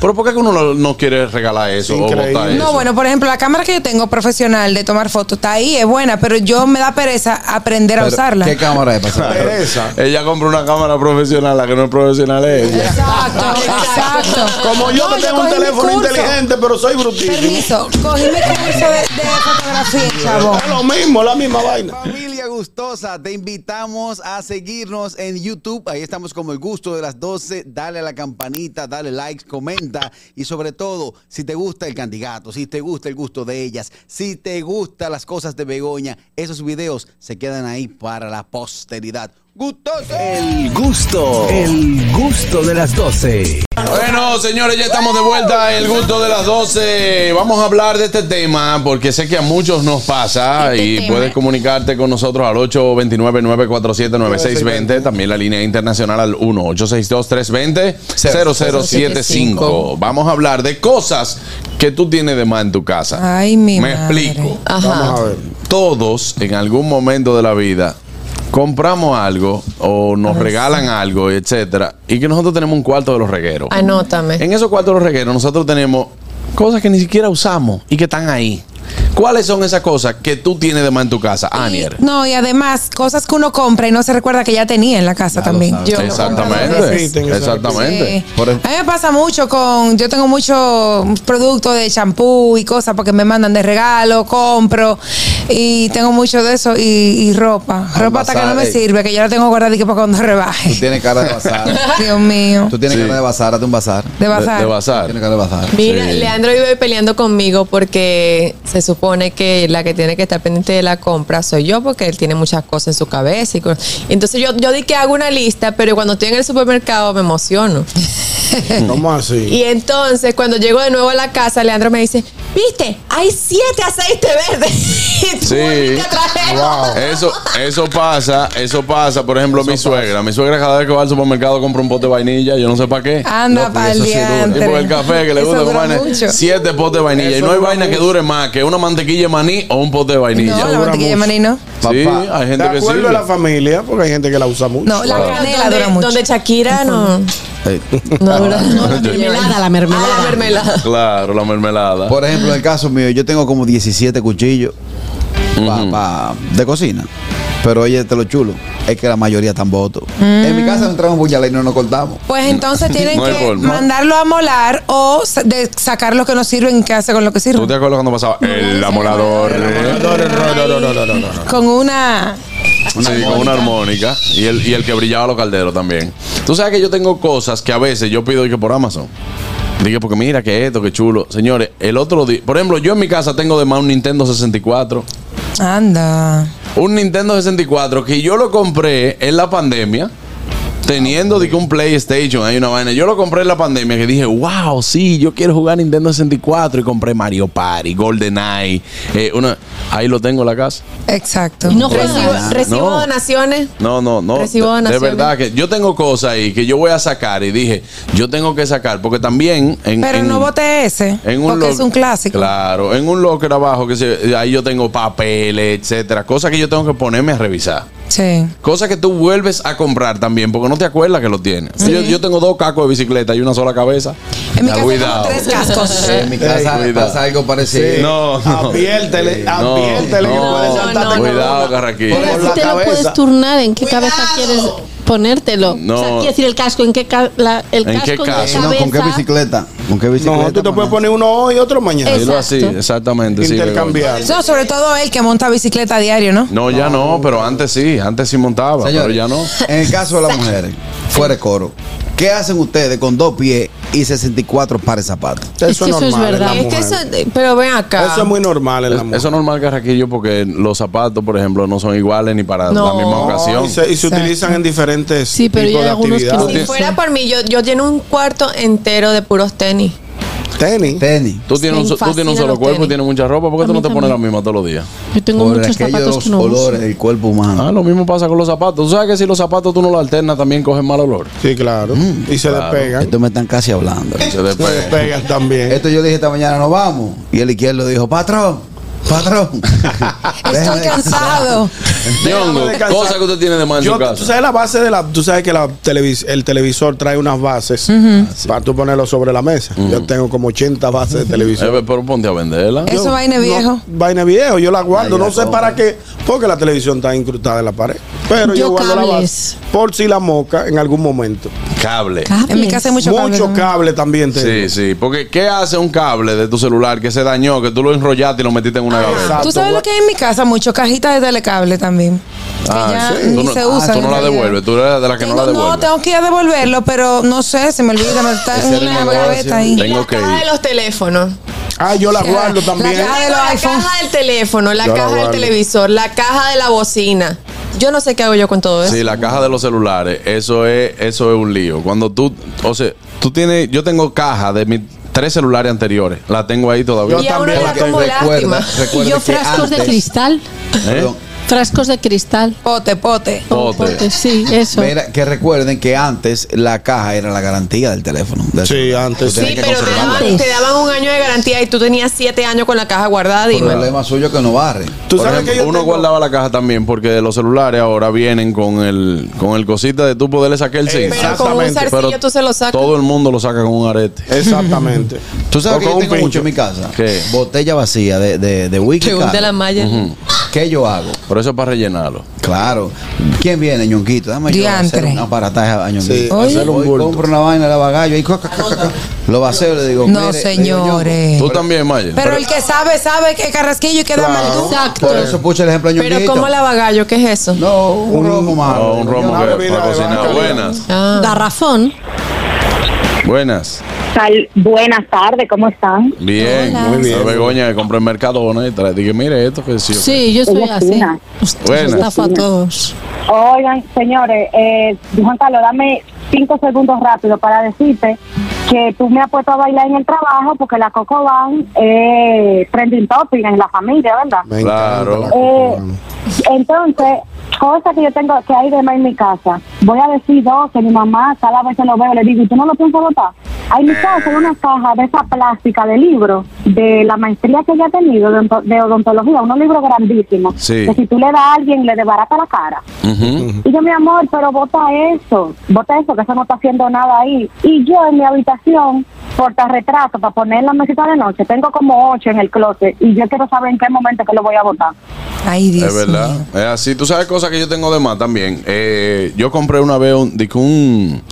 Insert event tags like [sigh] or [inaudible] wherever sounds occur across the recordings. Pero ¿por qué que uno no, no quiere regalar eso Increíble. o botar eso? No, bueno, por ejemplo, la cámara que yo tengo profesional de tomar fotos está ahí, es buena, pero yo me da pereza aprender a Pero, usarla. ¿Qué cámara es? pastor? Pereza. Ella compra una cámara profesional, la que no es profesional es ella. [laughs] Exacto, exacto. Como yo No, que tengo un cogí mi teléfono curso. inteligente, pero soy brutísimo. Permiso, cogí mi curso de, de fotografía, chavo. Es lo mismo, la misma vaina. Familia gustosa, te invitamos a seguirnos en YouTube. Ahí estamos como el gusto de las 12. Dale a la campanita, dale likes, comenta y sobre todo, si te gusta el candidato, si te gusta el gusto de ellas, si te gustan las cosas de Begoña, esos videos se quedan ahí para la posteridad. Gustoso. El gusto, el gusto de las 12. Bueno, señores, ya estamos de vuelta. El gusto de las 12. Vamos a hablar de este tema porque sé que a muchos nos pasa Este y tema. puedes comunicarte con nosotros al 829-947-9620. También la línea internacional al 1-862-320-0075. Vamos a hablar de cosas que tú tienes de más en tu casa. Ay, mi Me madre. explico. Vamos a ver. Todos en algún momento de la vida compramos algo o nos regalan algo, etcétera, y que nosotros tenemos un cuarto de los regueros. Anótame. En esos cuartos de los regueros nosotros tenemos cosas que ni siquiera usamos y que están ahí. ¿Cuáles son esas cosas que tú tienes de más en tu casa, Ah, Anier? No, y además, cosas que uno compra y no se recuerda que ya tenía en la casa también. Yo lo compro dos Exactamente. veces. Repiten, Exactamente. Sí. Por e- ejemplo, A mí me pasa mucho con, yo tengo muchos productos de champú y cosas porque me mandan de regalo, compro y tengo mucho de eso y, y ropa. Ropa hasta que no me bazar, eh. sirve, que yo la tengo guardada y que para cuando Tú rebaje. tienes cara de [laughs] bazar. [laughs] Dios mío. Tú tienes Sí. cara de bazar, hazte un bazar. De de, de bazar. bazar. Tienes cara de bazar. Mira, Sí. Leandro vive peleando conmigo porque se supone que la que tiene que estar pendiente de la compra soy yo porque él tiene muchas cosas en su cabeza. Y co- entonces yo, yo di que hago una lista, pero cuando estoy en el supermercado me emociono. ¿Cómo así? Y entonces cuando llego de nuevo a la casa, Leandro me dice, viste, hay siete aceites verdes. [laughs] y tú Sí. volviste a traer otro". Eh. Eso, eso pasa, eso pasa. Por ejemplo, mi suegra. Mi suegra cada vez que va al supermercado compra un pote de vainilla, yo no sé para qué. Anda No, pues, para el eso sí dura. día. Y por el café que le gusta comer siete potes de vainilla. y Eso no hay dura vaina que mucho. dure más que una mantequilla de maní o un pote de vainilla. No, la dura mantequilla de mucho. maní no. Sí, Papá, hay De gente que sí. acuerdo a la familia, porque hay gente que la usa mucho. No, la Wow. canela donde, dura mucho. donde Shakira no, Ey. no dura. la mermelada, la mermelada. la mermelada. Claro, la mermelada. Por ejemplo, en el caso mío, yo tengo como 17 cuchillos pa- pa- de cocina. Pero oye, te lo chulo, es que la mayoría están votos. En mi casa no entramos puñales y no nos cortamos. Pues entonces tienen No hay que forma. mandarlo a molar o sa- de sacar lo que no sirven, ¿qué hace con lo que sirve? ¿Tú te acuerdas cuando pasaba? el amolador. No, no, no, no, no, no, no, no. Con una... Sí, con una armónica. Y el, y el que brillaba los calderos también. Tú sabes que yo tengo cosas que a veces yo pido y que por Amazon. Dije, porque mira que esto, que chulo. Señores, el otro día. Por ejemplo, yo en mi casa tengo de más un Nintendo 64. Anda. Un Nintendo 64 que yo lo compré en la pandemia. Teniendo de que un PlayStation, hay una vaina. Yo lo compré en la pandemia que dije, wow, sí, yo quiero jugar Nintendo 64 y compré Mario Party, GoldenEye. eh, una, ahí lo tengo en la casa. Exacto. No recibo, recibo No. donaciones. No, no, no. Recibo de, de donaciones. verdad que yo tengo cosas ahí que yo voy a sacar y dije, yo tengo que sacar porque también en Pero en- no vote ese, en un porque loc- es un clásico. Claro, en un locker abajo que se- ahí yo tengo papeles, etcétera, cosas que yo tengo que ponerme a revisar. Sí. Cosas que tú vuelves a comprar también porque no te acuerdas que lo tienes. Yo, yo tengo dos cacos de bicicleta y una sola cabeza. En mi Ah, casa cuidado. tengo tres cascos. En mi casa cuidado. pasa algo parecido. Sí. No, no. Apiértele, No, apiértele que no, puede no, saltarte no. cuidado, por Carraquillo. la Si te lo cabeza. puedes turnar, ¿en qué cabeza quieres ponértelo? No. O sea, quiere decir el casco, ¿en qué ca- la- el ¿En casco qué de la casco? No, ¿Con qué cabeza? bicicleta? ¿Con qué bicicleta? No, tú te puedes maná? poner uno hoy y otro mañana. Dilo así, Exacto. exactamente. sí, Begoña. Intercambiar. No, sobre todo él que monta bicicleta a diario, ¿no? No, ya no, pero antes sí, antes sí montaba, pero Señores, ya no. En el caso de las mujeres, fuera de coro, ¿qué hacen ustedes con dos pies y 64 pares de zapatos? Es que eso es en la verdad. Es mujer. que eso, pero ven acá. Eso es muy normal en la Es- mujer. Eso es normal, Carraquillo, porque los zapatos, por ejemplo, no son iguales ni para la No. misma No, ocasión. y se, y se utilizan en diferentes Sí, pero tipos ya de hay algunos que no actividades. Si fuera por mí, yo, yo lleno un cuarto entero de puros tenis. Tenis. Tenis. Tú tienes, un, Me so- tú tienes un fascinan solo los cuerpo y tenis. tienes mucha ropa, ¿por qué A tú no mí te pones la también. misma todos los días? Yo tengo Por muchos zapatos aquellos que no olores uso. del cuerpo humano. Ah, lo mismo pasa con los zapatos. Tú sabes que si los zapatos tú no los alternas, también cogen mal olor. Sí, claro. y se Mm, claro. despegan. Estos me están casi hablando. Se Se despega. despegan también. Esto yo le dije esta mañana, no vamos. Y el izquierdo dijo, patrón, [laughs] Patrón. Ah, Estoy [laughs] cansado. Ñongo, descansar. cosa que usted tiene de más en Yo, su tú casa. sabes la base de la, tú sabes que la televis- el televisor trae unas bases Ah, para tú ponerlo sobre la mesa. Yo tengo como 80 bases de [laughs] televisor. Eh, pero ponte a venderla. Eso vaina viejo. No, vaina viejo, yo la guardo, no sé para qué, porque la televisión está incrustada en la pared. Pero yo, Yo guardo la cables. base por si la moca en algún momento. Cable. En mi casa hay mucho, Mucho cable. cable también tengo. Sí, sí. Porque, ¿qué hace un cable de tu celular que se dañó, que tú lo enrollaste y lo metiste en una gaveta? Exacto. Tú sabes lo que hay en mi casa, mucho cajitas de telecable también. Que Ah, ya sí. ni Tú no, se ah, usan. tú en no la realidad. devuelves, tú eres de la que Tengo- no la devuelves. tengo que ir a devolverlo, pero no sé, se me olvida, me está Ese en una remojo gaveta así. ahí. Tengo la que caja ir. de los teléfonos. Ah, yo la Ya, guardo la también. caja de los la iPhones. caja del teléfono, la Yo la caja del guardo. televisor, la caja de la bocina. Yo no sé qué hago yo con todo eso. Sí, la caja de los celulares, eso es, eso es un lío. Cuando tú, o sea, tú tienes, yo tengo caja de mis tres celulares anteriores, la tengo ahí todavía. Yo y a uno también le da porque como recuerda, lástima. recuerda Y yo que frascos de antes- cristal. ¿Eh? Perdón. Frascos de cristal. Pote, pote. Con Pote. potes, Sí, ¿Eh? eso. Mira, que recuerden que antes la caja era la garantía del teléfono. del Sí, celular. antes. Tú tenías Sí, que pero te conservarla. daban, te daban un año de garantía y tú tenías siete años con la caja guardada, El dime. problema suyo es que no barre. Por Tú sabes ejemplo, que yo uno tengo- guardaba la caja también porque los celulares ahora vienen con el con el cosita de tú poderle sacar el SIM. Pero con un Exactamente, zarcillo tú se lo sacas. Todo el mundo lo saca con un arete. [laughs] Exactamente. Tú sabes O que con yo un tengo pincho. mucho en mi casa. ¿Qué? Botella vacía de, de, de whisky. Pregunta a la claro. Maya. ¿Qué yo hago? Por eso es para rellenarlo. Claro. ¿Quién viene, ñonquito? Dame yo Diantre. hacer un aparataje a ñonquito. Sí, Voy, hacer un bulto. compro una vaina, la bagallo y ca, ca, ca, ca, ca. lo vacío y le digo. No, mire, le digo, señores. Tú también, Maya. Pero el que sabe, sabe que carrasquillo y queda maldú. "Ñongo". Por eso puse el ejemplo a ñonquito. Pero ¿cómo la bagallo? ¿Qué es eso? No, un, romo malo. No, un Digo, romo "Ñongo". Una que bebida para de cocinar. baja calidad. Buenas. Ah. Garrafón. Buenas. Sal- Buenas tardes, ¿cómo están? Bien. Muy bien. La Begoña que compró en Mercadona y trae. Dije, mire esto que sí. Sí, yo soy Ella es así. fina. Usted Buena. estafa a todos. Oigan, señores, eh, Juan Carlos, dame cinco segundos rápido para decirte que tú me has puesto a bailar en el trabajo porque la Coco Van es trending topic en la familia, ¿verdad? Me encanta Claro. la Eh, Coca-Cola. entonces, cosas que yo tengo que hay de más en mi casa. Voy a decir dos que mi mamá cada vez que lo veo le digo, ¿y tú no lo piensas botar? Hay en mi casa hay una Eh. caja de esa plástica de libro de la maestría que ella ha tenido de, onto- de odontología, unos libros grandísimos. Sí. Que si tú le das a alguien, le desbarata la cara. Ujú. Y yo, mi amor, pero bota eso, bota eso, que eso no está haciendo nada ahí. Y yo en mi habitación, portarretrato para poner en la mesita de noche, tengo como ocho en el closet y yo quiero saber en qué momento que lo voy a botar. Ay, Dios Es verdad. mío. Es así. Tú sabes cosas que yo tengo de más también. Eh, yo compré una vez un, dic- un-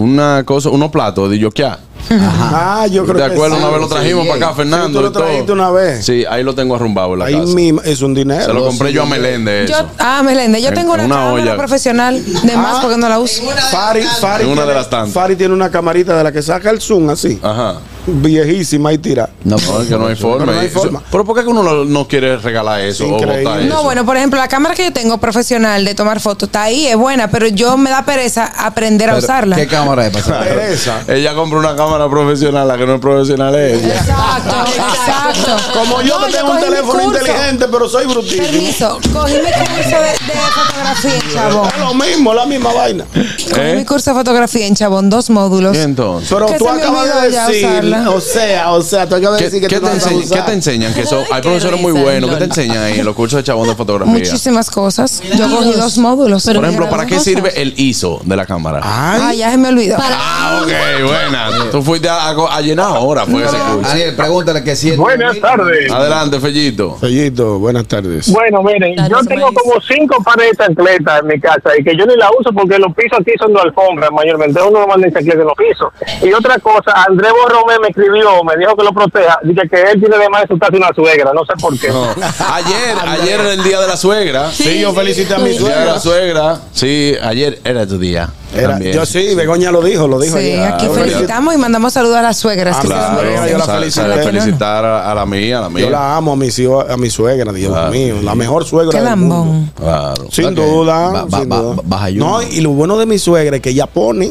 una cosa, unos platos de yoquia. Ah, yo creo ¿Te que acuerdas? sí. Una vez lo trajimos Sí, para acá, sí, Fernando. tú y lo todo. trajiste una vez. Sí, ahí lo tengo arrumbado en la Ahí casa. mismo es un dinero. Se lo compré yo a Meléndez. Yo, eso. ah, Melende, yo En- tengo una, una cámara olla. profesional de más porque no la uso. Fari, Fari En una de tiene- las tantas. Ah. Fari tiene una camarita de la que saca el zoom así, Ajá. viejísima y tira. No, es que [laughs] no hay forma. no hay Eso- forma. Pero ¿por qué que uno lo- no quiere regalar eso o Increíble. botar eso? No, bueno, por ejemplo, la cámara que yo tengo profesional de tomar fotos está ahí, es buena, pero yo me da pereza aprender a Pero, usarla. ¿Qué cámara es? para hacer? Pereza. Ella compró una cámara profesional, la que no es profesional es ella. Exacto, exacto. Como yo Ah. No, que tengo un cogí mi teléfono curso. inteligente, pero soy brutísimo. Permiso, cogí mi curso de, de fotografía en Chabón. Es lo mismo, la misma vaina. Cogí ¿Eh? mi curso de fotografía en Chabón, dos módulos. ¿Y entonces? Pero Que tú se me acabas olvidó de ya decir, usarla. o sea, o sea, tú acabas de ¿Qué, decir que qué tú te no vas a enseñan- usar. qué te enseñan? Que son, hay Ay, qué profesores muy risa, buenos. ¿Qué te Lola. enseñan ahí en los cursos de chabón de fotografía? Muchísimas cosas. Yo cogí dos módulos. Por ejemplo, Pero ¿para mira, qué dos sirve cosas. el ISO de la cámara? Ah, Ah, ya se me olvidó. ok, buena. Tú fuiste a, a- a llenar ahora, fue ese curso. Daniel, pregúntale que si es. Buenas tardes. Adelante, Fellito. Fellito, buenas tardes. Bueno, miren, Dale, yo su tengo maíz. como cinco pares de chancletas en mi casa y que yo ni la uso porque los pisos aquí son de alfombra mayormente. Uno no manda en chancletas en los pisos. Y otra cosa, André Borromé me escribió, me dijo que lo proteja. Dice que él tiene además en su casa una suegra, no sé por qué. No. Ayer, ayer era el día de la suegra. Sí, yo felicité a El mi día de suegra. la suegra. Sí, ayer era tu día. Era- también. yo sí, Begoña lo dijo, lo dijo. Sí, ayer. aquí Yo felicitamos y mandamos saludos a las suegras. Ah, que se las claro. merecen. yo la sa- sa- felicité. felicitar a, a la mía, a la mía. Yo la amo a mi, a mi suegra, Dios Claro. mío. La mejor suegra Qué del mundo. lambón. Claro. Sin Ok. duda. Ba- ba- sin ba- duda. baja ayuno. no, y lo bueno de mi suegra es que ella pone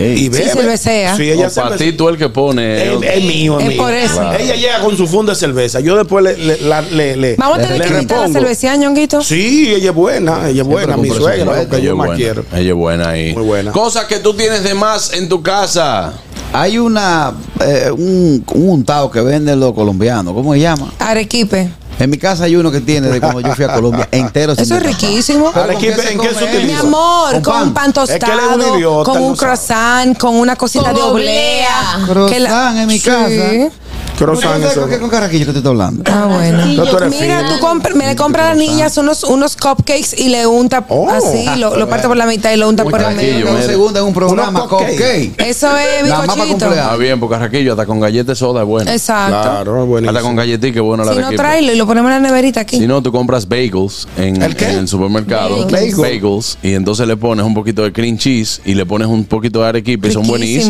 y bebe. se besea. Sí, O ella se para bese- ti, eh, tú el que pone. Es, es mío, es, Es mío. por eso. Claro. Ella llega con su funda de cerveza. Yo después le, le, la- le- le- Vamos a tener le que invitar a la repongo. cervecía, Ñonguito. Sí, ella es buena, ella es buena, mi Siempre suegra, compro lo que ella yo es más buena. quiero. Ella es buena ahí. Muy buena. Ah. Cosas que tú tienes de más en tu casa. Hay una eh, un, un untado que venden los colombianos. ¿Cómo se llama? Arequipe. En mi casa hay uno que tiene de cuando yo fui a Colombia entero. sin Eso es metal. riquísimo. Pero ¿con ¿En qué- se en qué se come utiliza? Mi eso? amor, con pan. un pan Es que él es un tostado, idiota, con él un no sabe. croissant, con una cosita Con de oblea. oblea. Que la- Croissant en mi Sí. casa. Croissant, ¿Tú sabes eso. con qué- con carraquillo que te estoy hablando? Ah, bueno. No, tú eres Mira, fino. tú compra- me le compra a las niñas unos, unos cupcakes y le unta Oh. así, lo, lo parte por la mitad y lo unta por el Carraquillo, medio. un segundo en un programa. Unos cupcakes. cupcake. Eso es La mapa bizcochito. completa. Ah, bien, porque Raquillo hasta con galletas soda es bueno. Exacto. Claro, Hasta con buenísimo. galletitas es bueno la Si de no, equipo. tráelo y lo ponemos en la neverita aquí. Si no, tú compras bagels en ¿El en qué? el, supermercado. Bagels. Bagels. Y entonces le pones un poquito de cream cheese y le pones un poquito de arequipe. y Son Riquísimo.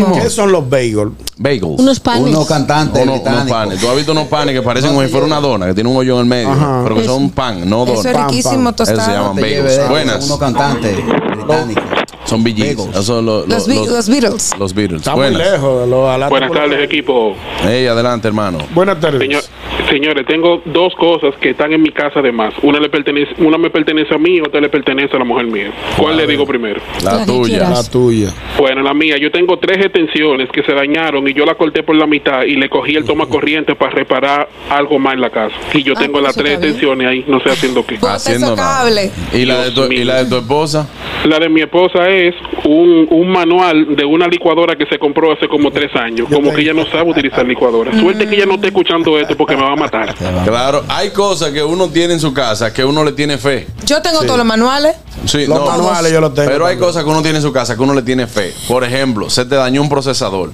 buenísimos. ¿Qué son los bagels? Bagels. Unos panes. Unos cantantes Uno- unos británicos. panes. Tú has visto unos panes que parecen como si fuera una dona, que tiene un hoyo en el medio. Ajá. Pero que son pan, no Eso dona. es pan, riquísimo Eso pan. se llaman tostado. Te lleve bagels. de- Buenas. Unos cantantes británicos. Son BGs. Bagels. Esos son los, los, Los, Be- los- los Beatles. los Beatles. Está muy Buenas. lejos. de los alatos. Buenas tardes, equipo. Ey, adelante, hermano. Buenas tardes. Señor- señores, tengo dos cosas que están en mi casa de más. Una, le pertenece, una me pertenece a mí y otra le pertenece a la mujer mía. ¿Cuál le digo primero? La, La que tuya. quieras. La tuya. Bueno, la mía, yo tengo tres extensiones que se dañaron y yo la corté por la mitad y le cogí el toma corriente para reparar algo más en la casa. Y yo Ah, tengo las eso tres está bien. extensiones ahí, no sé haciendo qué. Bota Haciendo esos nada. cables. ¿Y la, de Dios tu, y mío. la de tu esposa? La de mi esposa es un, un manual de una licuadora que se compró hace como tres años. Como que ella no sabe utilizar licuadora. Suerte que ella no esté escuchando esto porque me va a matar. Claro, hay cosas que uno tiene en su casa que uno le tiene fe. Yo tengo todos los manuales. Sí, Los no, manuales yo los tengo Pero hay también. cosas que uno tiene en su casa que uno le tiene fe. Por ejemplo, se te dañó un procesador.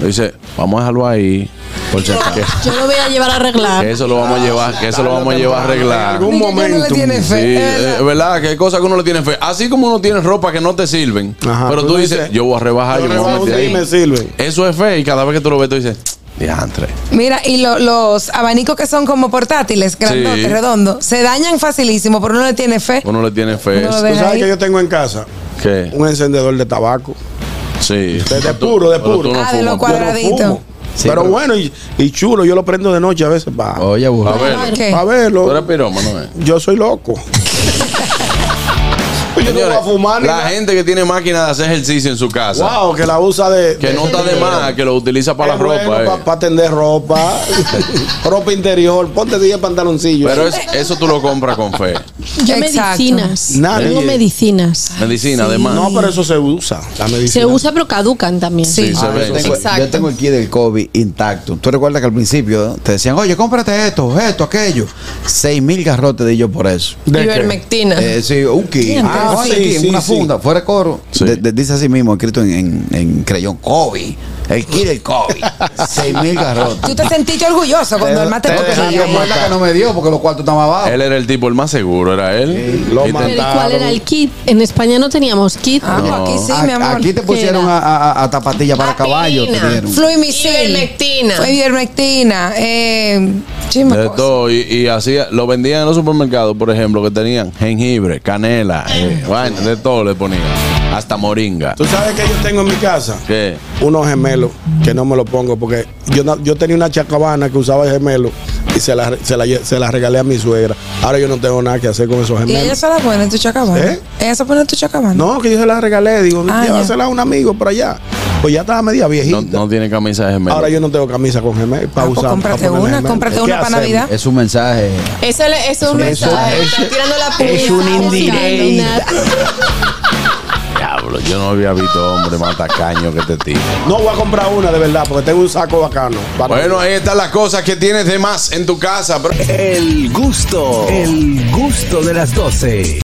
Dice, vamos a dejarlo ahí. Por si acaso. Yo lo voy a llevar a arreglar. Que eso lo vamos a llevar, que eso lo vamos a llevar a arreglar. En algún Diga que no le momento. tiene Sí, fe. Es eh, es verdad que hay cosas que uno le tiene fe. Así como uno tiene ropa que no te sirven, Ajá, pero tú dices, yo voy a rebajar, yo yo me voy a rebajo meter sí, ahí". me sirve. Eso es fe y cada vez que tú lo ves, tú dices, diantre. Mira, y lo- los abanicos que son como portátiles, grandotes, Sí. redondos, se dañan facilísimo, pero uno le tiene fe. Uno le tiene fe. Uno lo ¿Tú deja sabes ahí. que yo tengo en casa? ¿Qué? Un encendedor de tabaco. Sí. De- de Tú- puro, de pero puro. tú no Ah, de fumas, tú- Yo los no Cuadradito. fumo. Sí, pero, Oh. pero- bueno, y, y chulo, yo lo prendo de noche a veces para Oye, A burro. ver, ¿Qué? verlo. tú eres pirómano, ¿eh? Yo soy [laughs] loco. Pues yo Señores, no voy a fumar. ni la nada. gente que tiene máquina de hacer ejercicio en su casa, Wow, que la usa de. que no está de más, que lo utiliza para la ropa. eh. Para tender ropa. [laughs] ropa interior. Ponte 10 pantaloncillos. Pero es- eso tú lo compras con fe. Yo Exacto. medicinas. Nadie. Tengo medicinas. Medicina, además. no, pero eso se usa. La medicina. Se usa pero caducan también. Sí, se Ah, ve. yo, tengo, Exacto. yo tengo el kit del COVID intacto. Tú recuerdas que al principio te decían, oye, cómprate esto, esto, aquello. Seis mil garrotes de ellos por eso. ¿De qué? Ivermectina. Eh, sí, un kit. Ah, Oye, sí, kit, sí, una sí. funda, fuera de coro. Sí. De- de- dice así mismo, escrito en, en, en creyón, COVID. El kit [laughs] del COVID. Seis mil Tú garrotes. te sentiste orgulloso cuando el mate Te- te porque dejan ahí, Dios ahí. muerta que no me dio porque los cuartos estaban abajo. Él era el tipo, el más seguro era él. Lo Y te- Pero ¿y cuál Mataron. era el kit? En España no teníamos kit. Ah, pero aquí sí, A- mi amor. Aquí te pusieron era? a, a- a tapatilla para Aspirina. caballo. Te dieron. Fluimicil. Ivermectina. Fue Ivermectina. Eh, chisme De cosa. todo, y, y hacía, lo vendían en los supermercados, por ejemplo, que tenían jengibre, canela, eh, vaina, de todo le ponían. Hasta moringa. ¿Tú sabes que yo tengo en mi casa? ¿Qué? Unos gemelos que no me lo pongo porque yo, no- yo tenía una chacabana que usaba de gemelo y se la, se, la, lle- se la regalé a mi suegra. Ahora yo no tengo nada que hacer con esos Y ella gemelos. se la pone en tu chacabana. ¿Eh? Ella se pone en tu chacabana. No, que yo se la regalé. Digo, Ah, ya. llévasela a un amigo por allá. Pues ya estaba media viejita. No, no tiene camisa de gemelo. Ahora yo no tengo camisa con gemelos para Ah, pues usar. pa' cómprate ponerle una, gemelos. cómprate ¿Qué una para hacemos? Navidad. Es un mensaje. Eso le- eso es un Eso- mensaje. eso- Está tirando la es una publicidad. indirecta. Diablo, yo no había visto hombre más tacaño que este te tío. No voy a comprar una de verdad porque tengo un saco bacano. para- Bueno, ahí están las cosas que tienes de más en tu casa, bro. El gusto, el gusto de las doce.